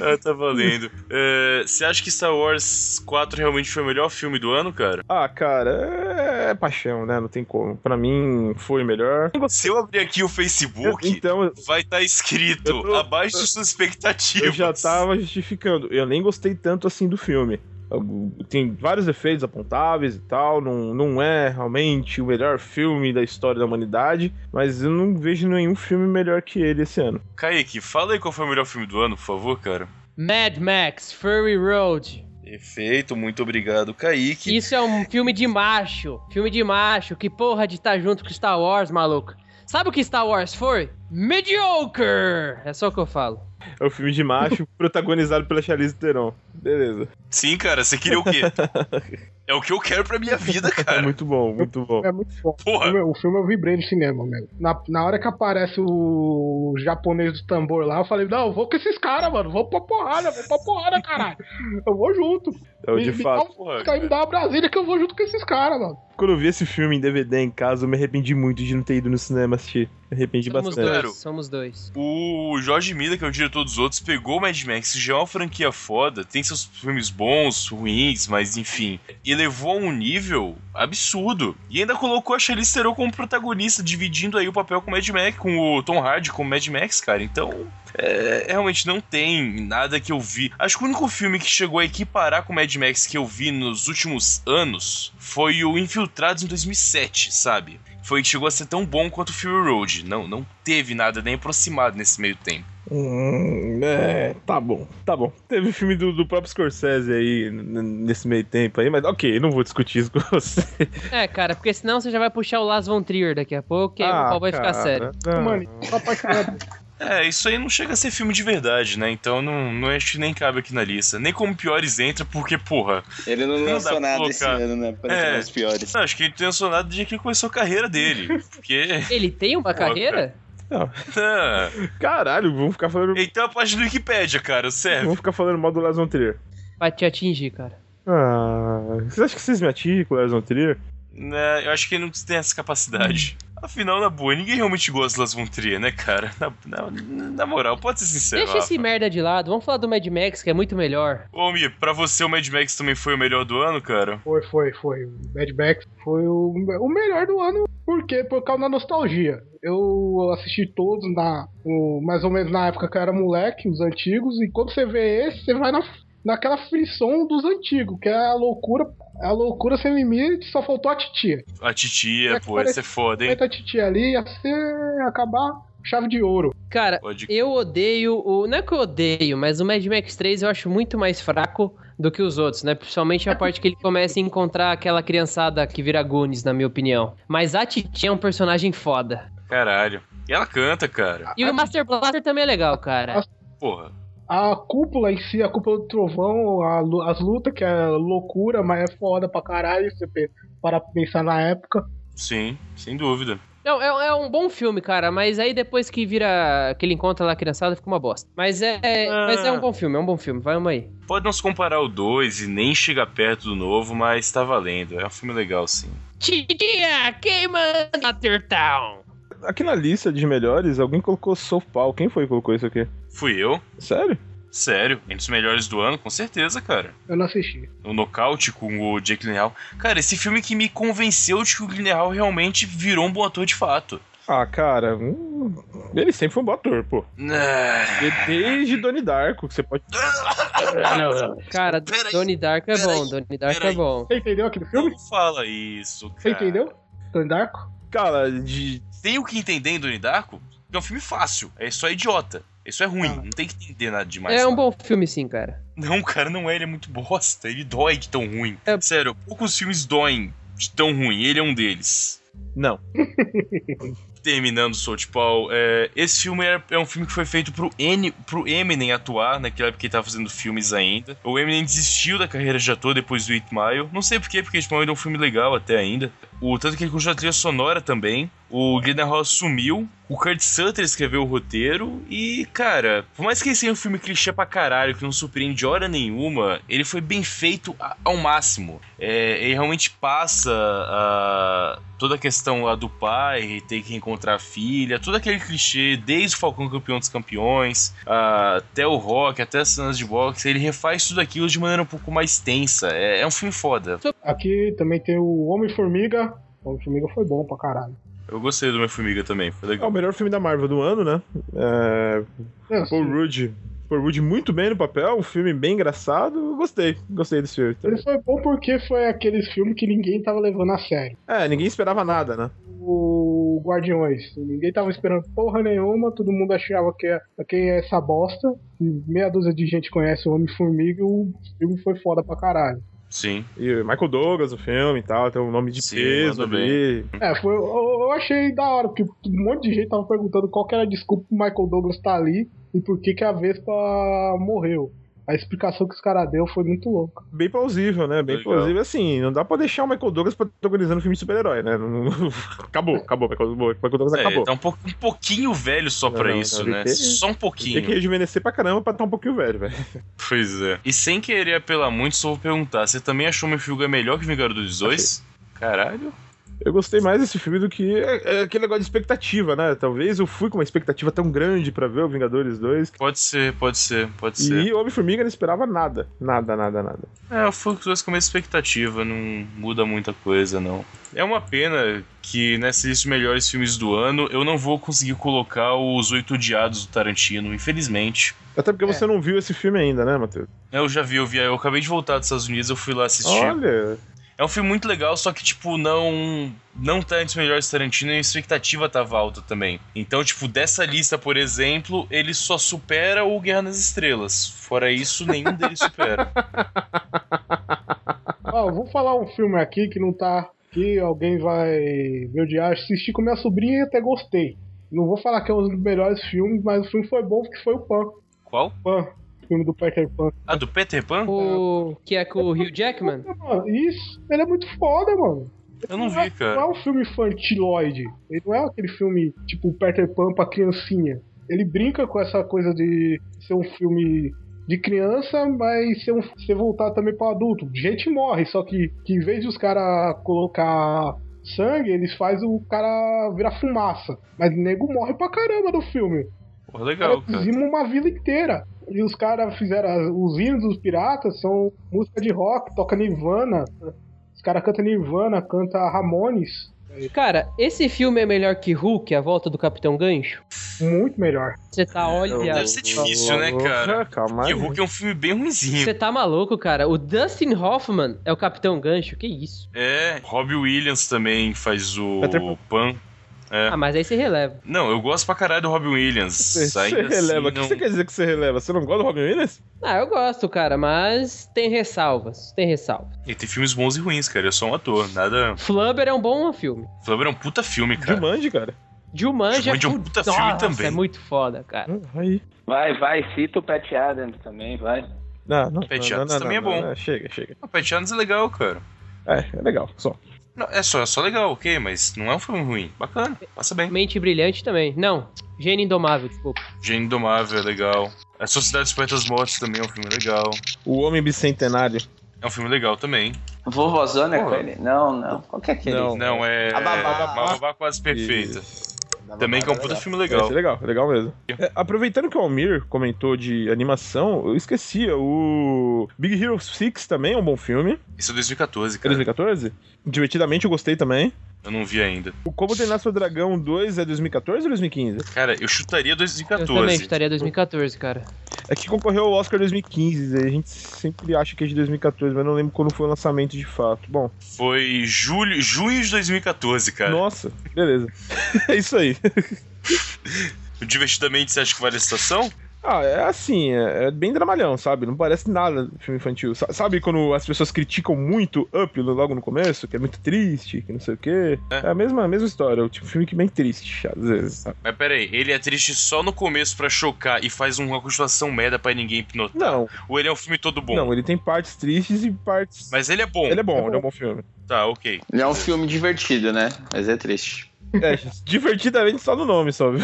Ah, tá valendo. É, Você acha que Star Wars 4 realmente foi o melhor filme do ano, cara? Ah, cara, é paixão, né? Não tem como. Pra mim, foi o melhor. Se eu abrir aqui o Facebook, Então, vai estar escrito Eu tá tô- abaixo de suas expectativas. Eu já tava justificando. Eu nem gostei tanto assim do filme. Algu- Tem vários efeitos apontáveis e tal. Não, não é realmente o melhor filme da história da humanidade. Mas eu não vejo nenhum filme melhor que ele esse ano. Kaique, fala aí qual foi o melhor filme do ano, por favor, cara. Mad Max, Fury Road. Perfeito, muito obrigado, Kaique. Isso é um filme de macho. Filme de macho. Que porra de estar junto com Star Wars, maluco. Sabe o que Star Wars foi? Mediocre! É só o que eu falo. É um filme de macho protagonizado pela Charlize Theron. Beleza. Sim, cara, você queria o quê? é o que eu quero pra minha vida, É cara. muito bom, muito bom. É muito forte. O Porra, filme, o filme eu vibrei no cinema, mano. Na, na hora que aparece o japonês do tambor lá, eu falei, não, eu vou com esses caras, mano. Vou pra porrada, vou pra porrada, caralho. Eu vou junto. Eu, me, É de me fato. dá um- porra, me dá uma Brasília que eu vou junto com esses caras, mano. Quando eu vi esse filme em DVD em casa, eu me arrependi muito de não ter ido no cinema assistir. Me arrependi Somos bastante. Claro. dois, somos dois. O Jorge Miller, que é o diretor dos outros, pegou o Mad Max, que já é uma franquia foda, tem seus filmes bons, ruins, mas enfim, e levou a um nível absurdo. E ainda colocou a Charlize Theron como protagonista, dividindo aí o papel com o Mad Max, com o Tom Hardy, com o Mad Max, cara. Então, é, realmente não tem nada que eu vi. Acho que o único filme que chegou a equiparar com o Mad Max que eu vi nos últimos anos foi o Infiltrados em 2007, sabe? Foi chegou a ser tão bom quanto o Fury Road. Não, não teve nada nem aproximado nesse meio tempo. Hum, é, tá bom, tá bom. Teve o filme do, do próprio Scorsese aí, n- n- nesse meio tempo aí, mas ok, não vou discutir isso com você. É, cara, porque senão você já vai puxar o Las von Trier daqui a pouco e o pau vai ficar Ah, cara, sério. não. Mano, só apaixonado. É, isso aí não chega a ser filme de verdade, né? Então não, não acho que nem cabe aqui na lista. Nem como piores entra, porque, porra. Ele não Filho da lançou nada puta. esse ano, né? Pra É. ter os piores. Acho que ele tem sonado desde que ele começou a carreira dele. Porque. Ele tem uma Pô, carreira? Ah, Caralho, vamos ficar falando, então a parte do Wikipédia, cara, serve. vamos ficar falando mal do Lars von Trier. Vai te atingir, cara. Ah, vocês acham que vocês me atingem com o Lars von Trier? Né, eu acho que ele não tem essa capacidade. Afinal, na boa, ninguém realmente gosta de Las Von Trier, né, cara? Na, na- na moral, pode ser sincero. Deixa esse Rafa. merda de lado, vamos falar do Mad Max, que é muito melhor. Ô, Mi, pra você o Mad Max também foi o melhor do ano, cara? Foi, foi, foi. O Mad Max foi o, o melhor do ano. Por quê? Por causa da nostalgia. Eu assisti todos na, o- mais ou menos na época que eu era moleque, os antigos, e quando você vê esse, você vai na, naquela frição dos antigos, que é a loucura, é a loucura sem limite, só faltou a titia. A titia, É que pô, parece- essa é foda, hein? Mete a titia ali ia ser acabar chave de ouro. Cara, Pode... eu odeio o. Não é que eu odeio, mas o Mad Max 3 eu acho muito mais fraco do que os outros, né? Principalmente a parte que ele começa a encontrar aquela criançada que vira Goonies, na minha opinião. Mas a Titia é um personagem foda. Caralho. E ela canta, cara. E o Master Blaster também é legal, cara. Porra. A cúpula em si, a cúpula do trovão, a lu- as lutas, que é loucura, mas é foda pra caralho, se você pe- parar pra pensar na época. Sim, sem dúvida. Não, é, é um bom filme, cara, mas aí depois que vira. que ele encontra lá a criançada, fica uma bosta. Mas é. é- Ah. Mas é um bom filme, é um bom filme. Vai uma aí. Pode não se comparar o 2 e nem chegar perto do novo, mas tá valendo. É um filme legal, sim. Titia, quem manda Turtown? Aqui na lista de melhores, alguém colocou Sofpal. Quem foi que colocou isso aqui? Fui eu. Sério? Sério. Entre os melhores do ano, com certeza, cara. Eu não assisti. no um nocaute com o Jake Gyllenhaal. Cara, esse filme que me convenceu de que o Gyllenhaal realmente virou um bom ator de fato. Ah, cara, hum, ele sempre foi um bom ator, pô. Ah, De- Desde Donnie Darko, que você pode. Cara, Peraí, Donnie Darko é peraí, bom, Donnie Darko é peraí. bom. Você entendeu aquele filme? Não fala isso, cara. Você entendeu? Tony Darko? Cara, de Tem o que entender em Donnie Darko? É um filme fácil. É só idiota. Isso é ruim. Não tem que entender nada demais. Ah. É um lá. bom filme, sim, cara. Não, cara, não é. Ele é muito bosta. Ele dói de tão ruim. É. Sério, poucos filmes doem de tão ruim. Ele é um deles. Não. terminando South Paul, é, esse filme é, é um filme que foi feito pro, N, pro Eminem atuar, naquela época que é ele tava fazendo filmes ainda. O Eminem desistiu da carreira de ator depois do Eight Mile. Não sei porquê, porque tipo, Eight Mile ainda é um filme legal até ainda. O tanto que ele curtiu a trilha sonora também. O Gyllenhaal sumiu com O Kurt Sutter escreveu o roteiro e, cara, por mais que ele seja um filme clichê pra caralho, que não surpreende hora nenhuma, ele foi bem feito a- ao máximo. É, ele realmente passa a- toda a questão lá do pai ter que encontrar a filha, todo aquele clichê, desde o Falcão Campeão dos Campeões, a- até o rock, até as cenas de boxe, ele refaz tudo aquilo de maneira um pouco mais tensa. É, é um filme foda. Aqui também tem o Homem-Formiga. Homem-Formiga foi bom pra caralho. Eu gostei do Minha Formiga também, É foi o legal. melhor filme da Marvel do ano, né? É, Paul É, assim, Rudd. Paul Rudd muito bem no papel, um filme bem engraçado. eu Gostei, gostei desse filme. Ele foi bom porque foi aqueles filmes que ninguém tava levando a sério. É, ninguém esperava nada, né? O Guardiões. Ninguém tava esperando porra nenhuma, todo mundo achava que é, quem é essa bosta. E meia dúzia de gente conhece o Homem-Formiga e o filme foi foda pra caralho. Sim. E o Michael Douglas, o filme e tal, tem um nome de Sim, peso mandou ali. É, foi, eu, eu achei da hora, porque um monte de gente tava perguntando qual que era a desculpa pro Michael Douglas estar ali e por que, que a Vespa morreu. A explicação que os caras deu foi muito louca. Bem plausível, né? Bem Legal. plausível. Assim, não dá pra deixar o Michael Douglas protagonizando filme de super-herói, né? Não- acabou, acabou. Michael, Michael Douglas É, acabou. tá um, pouco, um pouquinho velho só Não, pra não, isso, não, ele né? tem- Só um pouquinho. Tem que rejuvenescer pra caramba pra estar um pouquinho velho, velho. Pois é. E sem querer apelar muito, só vou perguntar: você também achou meu filme melhor que Vingador dos 2? Caralho. Eu gostei mais desse filme do que é, é aquele negócio de expectativa, né? Talvez eu fui com uma expectativa tão grande pra ver o Vingadores 2. Pode ser, pode ser, pode ser. E Homem-Formiga não esperava nada. Nada, nada, nada. É, eu fui com os dois com a mesma expectativa, não muda muita coisa, não. É uma pena que nessa lista de melhores filmes do ano eu não vou conseguir colocar os Oito Odiados do Tarantino, infelizmente. Até porque você não viu esse filme ainda, né, Matheus? Eu já vi, eu vi, eu acabei de voltar dos Estados Unidos, eu fui lá assistir. Olha, É um filme muito legal, só que, tipo, não. Não tá entre os melhores Tarantino e a expectativa tava alta também. Então, tipo, dessa lista, por exemplo, ele só supera o Guerra nas Estrelas. Fora isso, nenhum deles supera. Ó, eu vou falar um filme aqui que não tá. Que alguém vai me odiar. Assisti com minha sobrinha e até gostei. Não vou falar que é um dos melhores filmes, mas o filme foi bom porque foi o Pan. Qual? Pan. O filme do Peter Pan. Ah, do Peter Pan? O que é com o Hugh Jackman? Mano, isso, ele é muito foda, mano. Eu não é, vi, Não cara. é um filme infantiloide. Ele não é aquele filme tipo Peter Pan pra criancinha. Ele brinca com essa coisa de ser um filme de criança, mas ser, um, ser voltado também pra adulto. Gente morre, só que, que em vez de os caras colocar sangue, eles fazem o cara virar fumaça. Mas nego morre pra caramba no filme. Pô, Cara, legal, cara. dizimam uma vila inteira. E os caras fizeram as- os hinos dos piratas, são música de rock, toca Nirvana. Os caras cantam Nirvana, canta Ramones, Cara, esse filme é melhor que Hulk, A Volta do Capitão Gancho? muito melhor. Você tá, olha... Deve ser difícil, né, cara? Ah, calma Porque aí. Hulk é um filme bem ruimzinho. Você tá maluco, cara. O Dustin Hoffman é o Capitão Gancho, que isso? É, Robbie Williams também faz o Peter Pan. Pan. Ah, mas aí você releva. Não, eu gosto pra caralho do Robbie Williams. Você, você Ainda assim, releva. O que não- você quer dizer que você releva? Você não gosta do Robin Williams? Ah, eu gosto, cara, mas tem ressalvas, tem ressalvas. Ele tem filmes bons e ruins, cara. Eu sou um ator, nada. Flubber é um bom filme. Flamengo é um puta filme, cara. Jumanji, cara. Jumanji é, Jumanji é um fu- puta filme Nossa, também. Hum? é muito foda, cara. Ah, Aí. Vai, vai, cita o Pat Adams também, vai. Não, não. Pet não, não, Adams não, também é não, bom. não, Chega, chega. O Pat Adams é legal, cara. É, é legal, só. Não, é, só, é só legal, ok, mas não é um filme ruim. Bacana, passa bem. Mente Brilhante também. Não, Gênio Indomável, desculpa. Gênio Indomável é legal. A Sociedade dos Poetas Mortos também é um filme legal. O Homem Bicentenário. É um filme legal também. Vovozona é Pô. com ele? Não, não. Qual que é aquele? Não. Não, é. A Babá. Uma Babá Quase Perfeita. Isso. Também que é um puta filme legal. Esse é legal, legal mesmo. É, aproveitando que o Almir comentou de animação, eu esquecia. O Big Hero 6 também é um bom filme. Esse é 2014, É cara. 2014? Divertidamente eu gostei também. Eu não vi ainda. O Como Treinar Seu Dragão 2 é 2014 ou 2015? Cara, eu chutaria Eu também 2014. estaria 2014, cara. É que concorreu ao Oscar 2015, aí a gente sempre acha que é de 2014, mas não lembro quando foi o lançamento de fato. Bom, Foi julho, junho de 2014, cara. nossa, beleza. é isso aí. O Divertidamente, você acha que vale a estação? Ah, é assim, é, é bem dramalhão, sabe? Não parece nada de filme infantil. Sa- Sabe quando as pessoas criticam muito Up no- logo no começo, que é muito triste, que não sei o quê? É, a mesma, a mesma história, o tipo, filme que é bem triste, às vezes, sabe? Mas pera aí, ele é triste só no começo pra chocar e faz uma continuação merda pra ninguém hipnotar? Não, Ou ele é um filme todo bom? não, ele tem partes tristes e partes... Mas ele é bom. Ele é bom, ele é um bom filme. Tá, ok. Ele é um filme divertido, né? Mas é triste. É, divertidamente só no nome, só. viu?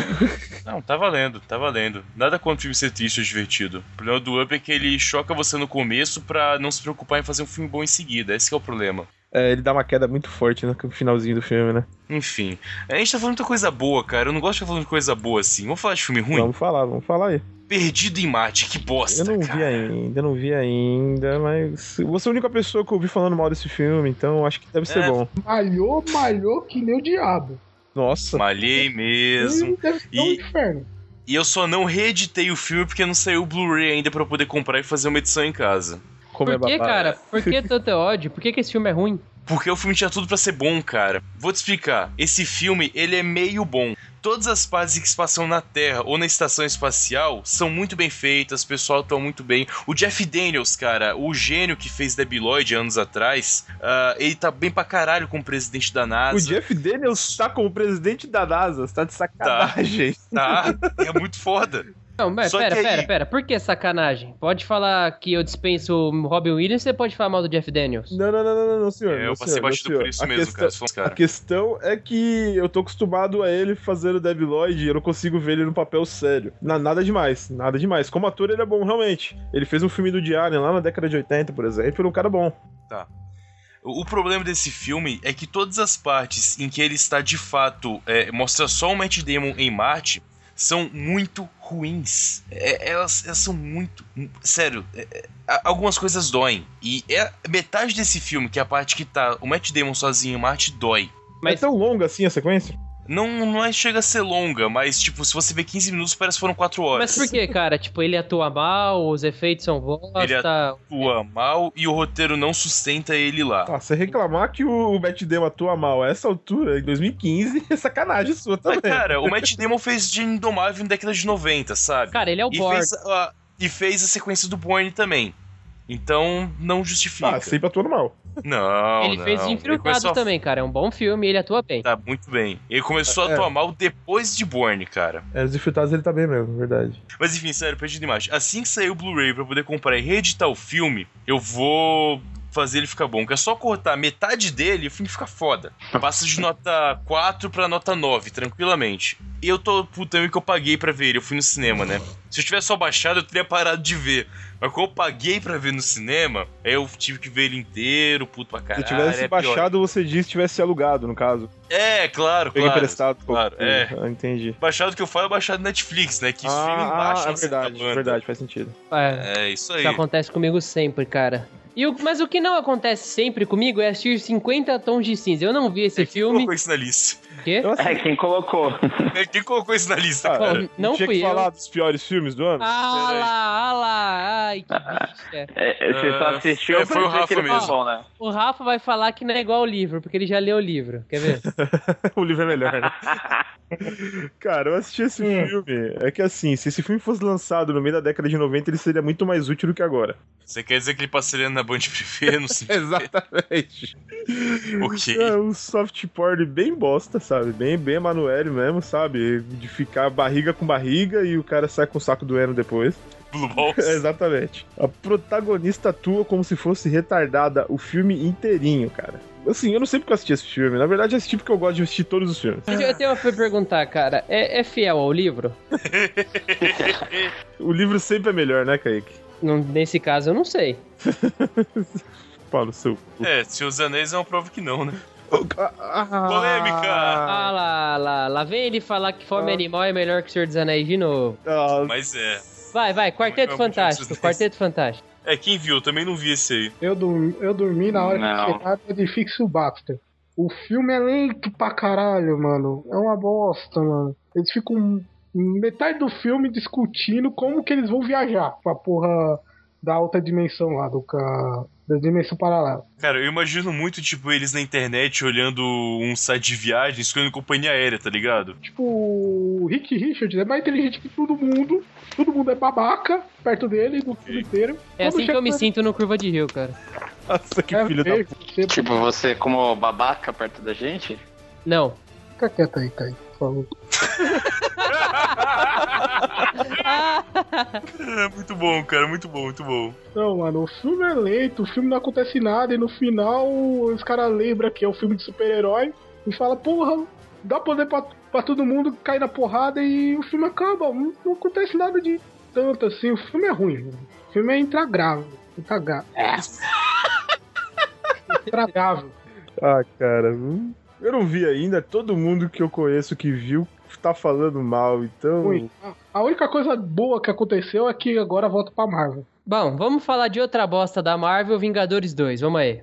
Não, tá valendo, tá valendo. Nada contra o filme ser triste ou divertido. O problema do Up é que ele choca você no começo pra não se preocupar em fazer um filme bom em seguida. Esse que é o problema. É, ele dá uma queda muito forte no finalzinho do filme, né? Enfim, a gente tá falando muita coisa boa, cara. Eu não gosto de ficar falando de coisa boa assim. Vamos falar de filme ruim? Vamos falar, vamos falar aí. Perdido em Marte, que bosta, Eu não cara. vi ainda, não vi ainda, mas você é a única pessoa que eu ouvi falando mal desse filme, então eu acho que deve ser É. bom. Malhou, malhou que nem o diabo. Nossa, Malhei mesmo. Ih, Deve ser um E- inferno. E eu só não reeditei o filme porque não saiu o Blu-ray ainda pra eu poder comprar e fazer uma edição em casa. como é Por que, babado. cara? Por que tanto ódio? Por que, que esse filme é ruim? Porque o filme tinha tudo pra ser bom, cara. Vou te explicar. Esse filme, ele é meio bom. Todas as partes que se passam na Terra ou na estação espacial são muito bem feitas, o pessoal tão muito bem. O Jeff Daniels, cara, o gênio que fez Debiloid anos atrás, ah, ele tá bem pra caralho com o presidente da NASA. O Jeff Daniels tá como presidente da NASA, você tá de sacanagem. Tá, é muito foda. Não, mas Só pera, que aí- pera, pera. Por que sacanagem? Pode falar que eu dispenso o Robin Williams, você pode falar mal do Jeff Daniels. Não, não, não, não, não, não, senhor. É, não, eu passei senhor, não, batido senhor. por isso A mesmo, questão- cara. se fosse A cara. questão é que eu tô acostumado a ele fazer o Devil Lloyd e eu não consigo ver ele no papel sério. Na- nada demais, nada demais. Como ator, ele é bom, realmente. Ele fez um filme do Diário lá na década de 80, por exemplo, ele é um cara bom. O o problema desse filme é que todas as partes em que ele está de fato é, mostra só o Matt Damon em Marte são muito ruins. É, elas, elas são muito. Sério, é, é, a- algumas coisas doem. E é metade desse filme, que é a parte que tá o Matt Damon sozinho em Marte, dói. Mas- É tão longa assim a sequência? Não, não é, chega a ser longa, mas tipo, se você vê 15 minutos, parece que foram 4 Mas horas. por que, cara? Tipo, ele atua mal, os efeitos são Ele bosta. Atua mal e o roteiro não sustenta ele lá. Ah, você reclamar que o Matt Damon atua mal a essa altura, em 2015, é sacanagem sua Mas, também. cara, o Matt Damon fez de Indomável na década de 90, sabe? Cara, ele é o e Borg. fez, a, e fez a sequência do Bourne também. Então, não justifica. Ah, sempre atuando mal. Não, Ele não. fez Ele Infiltrado começou a- também, cara. É um bom filme e ele atua bem. Tá muito bem. Ele começou a É. atuar mal depois de Bourne, cara. É, os infiltrados ele tá bem mesmo, verdade. Mas enfim, sério, perdido imagem. Assim que sair o Blu-ray pra poder comprar e reeditar o filme, eu vou fazer ele ficar bom. Que é só cortar metade dele e o filme fica foda. Passa de nota 4 pra nota 9, tranquilamente. E eu tô putando que eu paguei pra ver ele, eu fui no cinema, né? Se eu tivesse só baixado, eu teria parado de ver. Mas como eu paguei pra ver no cinema, aí eu tive que ver ele inteiro, puto pra Se caralho. tivesse é pior. baixado, você disse tivesse alugado, no caso. É, claro, Pega claro. emprestado. claro, qualquer é. coisa. Ah, entendi. Baixado que eu falo é baixado Netflix, né? Que ah, filme ah, baixa é você tá verdade, banda. verdade, Tá faz sentido. É. É isso aí. Isso acontece comigo sempre, cara. E o- mas o que não acontece sempre comigo é assistir 50 Tons de Cinza. Eu não vi esse É, quem filme. colocou isso na lista? Quê? Eu É, quem colocou? É, Quem colocou isso na lista, Ah, cara? Bom, Tá não tinha fui que eu. falar dos piores filmes do ano? Ah Peraí. lá, ah lá, ai que bicha. É, você só Ah, assistiu é, foi pra o dizer que Rafa ele foi mesmo. bom, né? O Rafa vai falar que não é igual o livro, porque ele já leu o livro. Quer ver? o livro é melhor, né? Cara, eu assisti esse Hum. filme. É que assim, se esse filme fosse lançado no meio da década de 90, ele seria muito mais útil do que agora. Você quer dizer que ele passaria na Band Privé? Não sei. Exatamente. Ok. É um soft porn bem bosta, sabe? Bem, bem Emanuele mesmo, sabe? De ficar barriga com barriga e o cara sai com o saco doendo depois. Blue Balls. É, Exatamente. A protagonista atua como se fosse retardada o filme inteirinho, cara. Assim, eu não sei porque eu assisti esse filme. Na verdade, eu assisti porque eu gosto de assistir todos os filmes. Eu tenho uma pra perguntar, cara. É, é fiel ao livro? O livro sempre é melhor, né, Kaique? Não- nesse caso, eu não sei. Pau no seu. cu. É, se os anéis é uma prova que não, né? Ah, Ah lá, lá, lá vem ele falar que Fome Ah. Animal é melhor que o Senhor dos Anéis de novo. ah, Mas é. Vai, vai, Quarteto Como é que é o Fantástico, motivo Quarteto Fantástico. É, quem viu? Eu também não vi esse aí. Eu, dormi, eu dormi na hora Não. que chegaram de Fixo Baxter. O filme é lento pra caralho, mano. É uma bosta, mano. Eles ficam metade do filme discutindo como que eles vão viajar pra porra da alta dimensão lá, do ca... da dimensão paralela. Cara, eu imagino muito, tipo, eles na internet olhando um site de viagem, escolhendo companhia aérea, tá ligado? Tipo, o Rick Richards é mais inteligente que todo mundo. Todo mundo é babaca perto dele, do filme inteiro. É assim que eu me sinto no Curva de Rio, cara. nossa, que filho da puta. puta. Tipo, você como babaca perto da gente? Não. Fica quieto aí, Caio, por favor. É, muito bom, cara, muito bom, muito bom. Não, mano, o filme é lento, o filme não acontece nada, e no final os caras lembram que é um filme de super-herói e fala, porra, dá poder pra, pra todo mundo cair na porrada e o filme acaba. Não, não acontece nada de tanto assim. O filme é ruim. O filme é intragável. Intragável. intragável. Ah, cara, hum. eu não vi ainda. Todo mundo que eu conheço que viu tá falando mal, então. Ruim. A- A única coisa boa que aconteceu é que agora volta pra Marvel. Bom, vamos falar de outra bosta da Marvel, Vingadores 2. Vamos aí.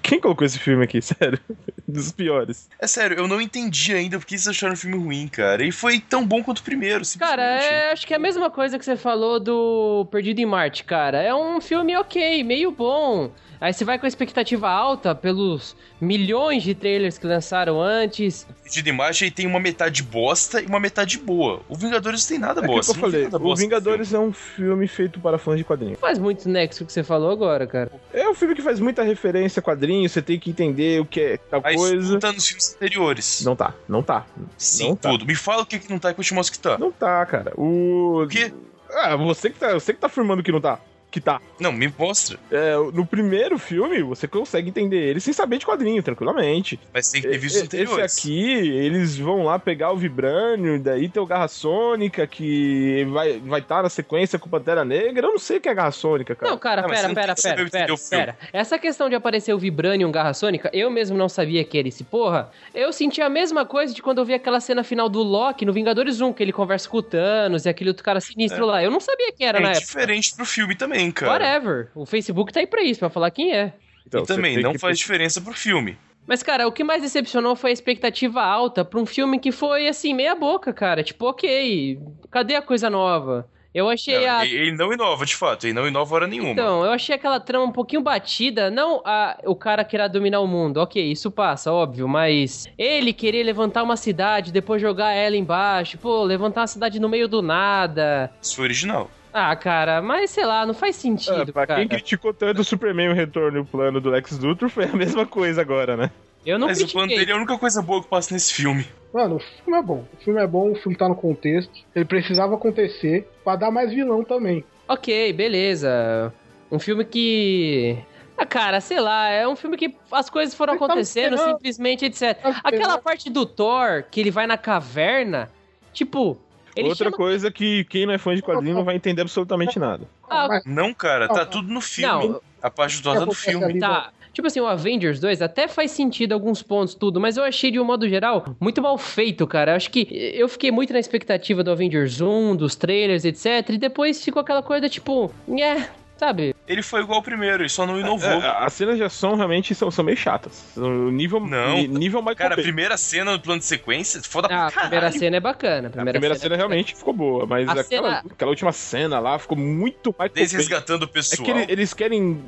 Quem colocou esse filme aqui, sério? Dos piores. É sério, eu não entendi ainda por que vocês acharam o filme ruim, cara. E foi tão bom quanto o primeiro, simplesmente. Cara, é- acho que é a mesma coisa que você falou do Perdido em Marte, cara. É um filme ok, meio bom. Aí você vai com a expectativa alta pelos milhões de trailers que lançaram antes. Perdido em Marte aí tem uma metade bosta e uma metade boa. O Vingadores não tem nada É aquilo que bosta. eu não tem falei. nada O bosta no Vingadores é um filme feito para fãs de quadrinhos. Faz muito nexo o que você falou agora, cara. É um filme que faz muita referência a quadrinhos, você tem que entender o que é tal filme. Mas coisa. não tá nos filmes anteriores. Não tá, não tá. Sim, não tá. tudo. Me fala o que, que não tá e que eu te mostro que tá. Não tá, cara. O. O quê? Ah, você que tá, você que tá afirmando que não tá. Que tá. Não, me mostra. É, no primeiro filme, você consegue entender ele sem saber de quadrinho, tranquilamente. Mas tem que ter visto E- os e- Esse anteriores. aqui, eles vão lá pegar o Vibranium, daí tem o Garra Sônica, que vai estar vai tá na sequência com o Pantera Negra. Eu não sei o que é Garra Sônica, cara. Não, cara, Ah, mas pera, você não pera, tem que saber pera, entender pera, o filme. pera. Essa questão de aparecer o Vibranium Garra Sônica, eu mesmo não sabia que era esse porra. Eu senti a mesma coisa de quando eu vi aquela cena final do Loki no Vingadores 1, que ele conversa com o Thanos e aquele outro cara sinistro lá. Eu não sabia que era na É época. é. diferente pro filme também, É. cara. Whatever. O Facebook tá aí pra isso, pra falar quem é. Então, e você também, tem não que- faz diferença pro filme. Mas, cara, o que mais decepcionou foi a expectativa alta pra um filme que foi, assim, meia boca, cara. Tipo, ok, cadê a coisa nova? Eu achei Não, a... ele, ele não inova, de fato. Ele não inova hora nenhuma. Então, eu achei aquela trama um pouquinho batida. Não a, o cara querer dominar o mundo. Ok, isso passa, óbvio. Mas ele querer levantar uma cidade, depois jogar ela embaixo. Pô, levantar uma cidade no meil do nada. Isso foi original. Ah, cara, mas sei lá, não faz Ah, É, sentido, pra cara. quem criticou tanto o Superman o Retorno e o plano do Lex Luthor, foi a mesma coisa agora, né? Eu não Mas o critiquei. plano dele é a única coisa boa que passa nesse filme. Mano, o filme é bom. O filme é bom, o filme tá no contexto. Ele precisava acontecer pra dar mais vilão também. Ok, beleza. Um filme que. Ah, cara, sei lá, é um filme que as coisas foram tá Eu tava acontecendo, esperando. simplesmente, etc. Tava esperando. Aquela parte do Thor, que ele vai na caverna, tipo. Ele Outra chama... coisa que quem não é fã de quadrinho não vai entender absolutamente nada. Ah, Mas Não, cara, tá Não, tudo no filme. não, A parte do Thor tá no acontece filme. ali, tá. Tipo assim, o Avengers 2 até faz sentido alguns pontos, tudo, mas eu achei, de um modo geral, muito mal feito, cara. Eu Acho que eu fiquei muito na expectativa do Avengers 1, dos trailers, etc. E depois ficou aquela coisa, tipo, é, sabe? Ele foi igual ao primeiro, ele só não inovou. É, as cenas de ação realmente são, são meio chatas. O nível, Não. ni- nível Michael Cara, a Bay. primeira cena do plano de sequência, foda Ah, pra a primeira caralho. cena é bacana. A A primeira cena é realmente ficou boa, mas A aquela, cena- aquela última cena lá ficou muito mais Desde resgatando o É pessoal. que ele- eles querem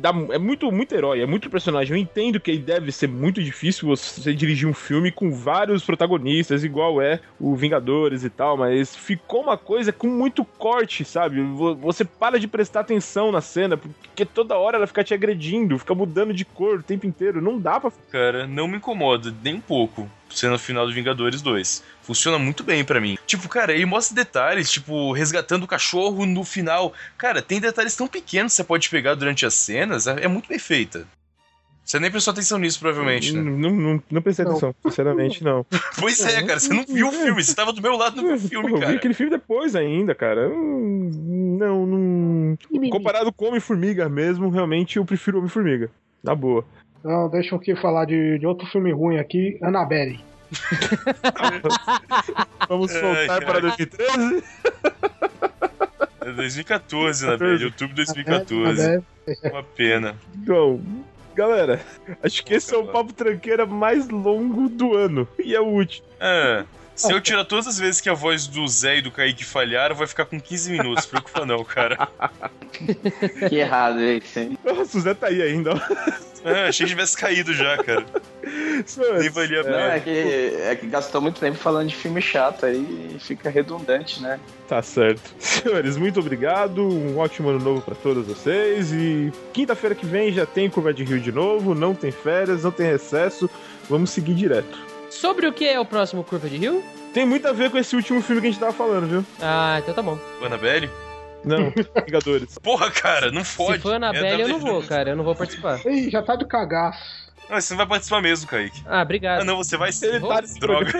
dar. É muito, muito herói, é muito personagem. Eu entendo que deve ser muito difícil você dirigir um filme com vários protagonistas, igual é o Vingadores e tal, mas ficou uma coisa com muito corte, sabe? Vo- Você para de prestar atenção na cena, porque toda hora ela fica te agredindo, fica mudando de cor o tempo inteiro. Não dá pra. Cara, não me incomoda, nem um pouco. Cena final do Vingadores 2. Funciona muito bem pra mim. Tipo, cara, ele mostra detalhes, tipo, resgatando o cachorro no final. Cara, tem detalhes tão pequenos que você pode pegar durante as cenas, é é muito bem feita. Você nem prestou atenção nisso, provavelmente, né? Não, não, não prestei Não. atenção, sinceramente, não. Pois é, cara, você não viu o filme, você tava do meu lado no Pô, filme, Eu vi cara. aquele filme depois ainda, cara. Hum, Não, não. Comparado com Homem-Formiga mesmo, realmente eu prefiro Homem-Formiga. Na boa. Não, Então, deixa eu aqui falar de, de outro filme ruim aqui, Annabelle. Vamos Ai, voltar cara. para 2013. É 2014, né, velho? Outubro de 2014. Annabelle. Uma pena. Então, galera, acho que esse é o Cara. papo tranqueira mais longo do ano. E é o último. É, se eu tirar todas as vezes que a voz do Zé e do Kaique falharam, vai ficar com 15 minutos. Preocupa não, cara. Que errado isso, hein? Nossa, o Zé tá aí ainda. ó. É, achei que tivesse caído já, cara. Nem valia a Não, pena. é que, é que gastou muito tempo falando de filme chato aí e fica redundante, né? Tá certo. Senhores, muito obrigado. Um ótimo ano novo pra todos vocês. E quinta-feira que vem já tem Curva de Rio de novo. Não tem férias, não tem recesso. Vamos seguir direto. Sobre o que é o próximo Curva de Rio? Tem muito a ver com esse último filme que a gente tava falando, viu? Ah, então tá bom. Annabelle? Não, Vingadores. Porra, cara, não fode. É, Se for Annabelle, eu não vou, cara. Eu não vou participar. Ih, já tá do cagaço. Não, você não vai participar mesmo, Kaique. Ah, obrigado. Ah, não, você vai ser. Ele tá Droga.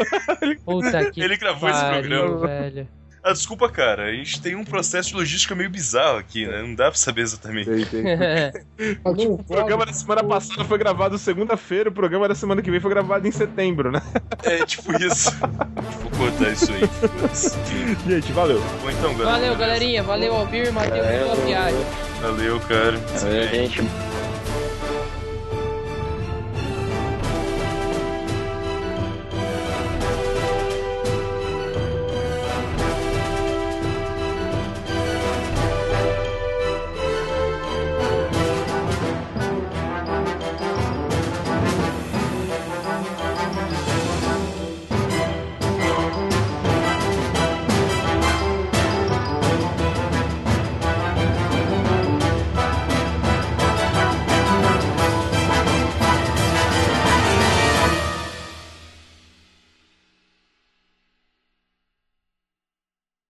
Puta que Ele gravou esse pariu, programa. velho. Ah, desculpa, cara. A gente tem um processo de logística meio bizarro aqui, né? Não dá pra saber exatamente. Não, O programa da semana passada foi gravado segunda-feira, o programa da semana que vem foi gravado em setembro, né? É tipo isso. Vou cortar isso aí. foda-se. Enfim. Gente, valeu. Bom, então, galera. Valeu, galerinha. Valeu, Albir. Matheus, pela viagem. Valeu, cara. Gente,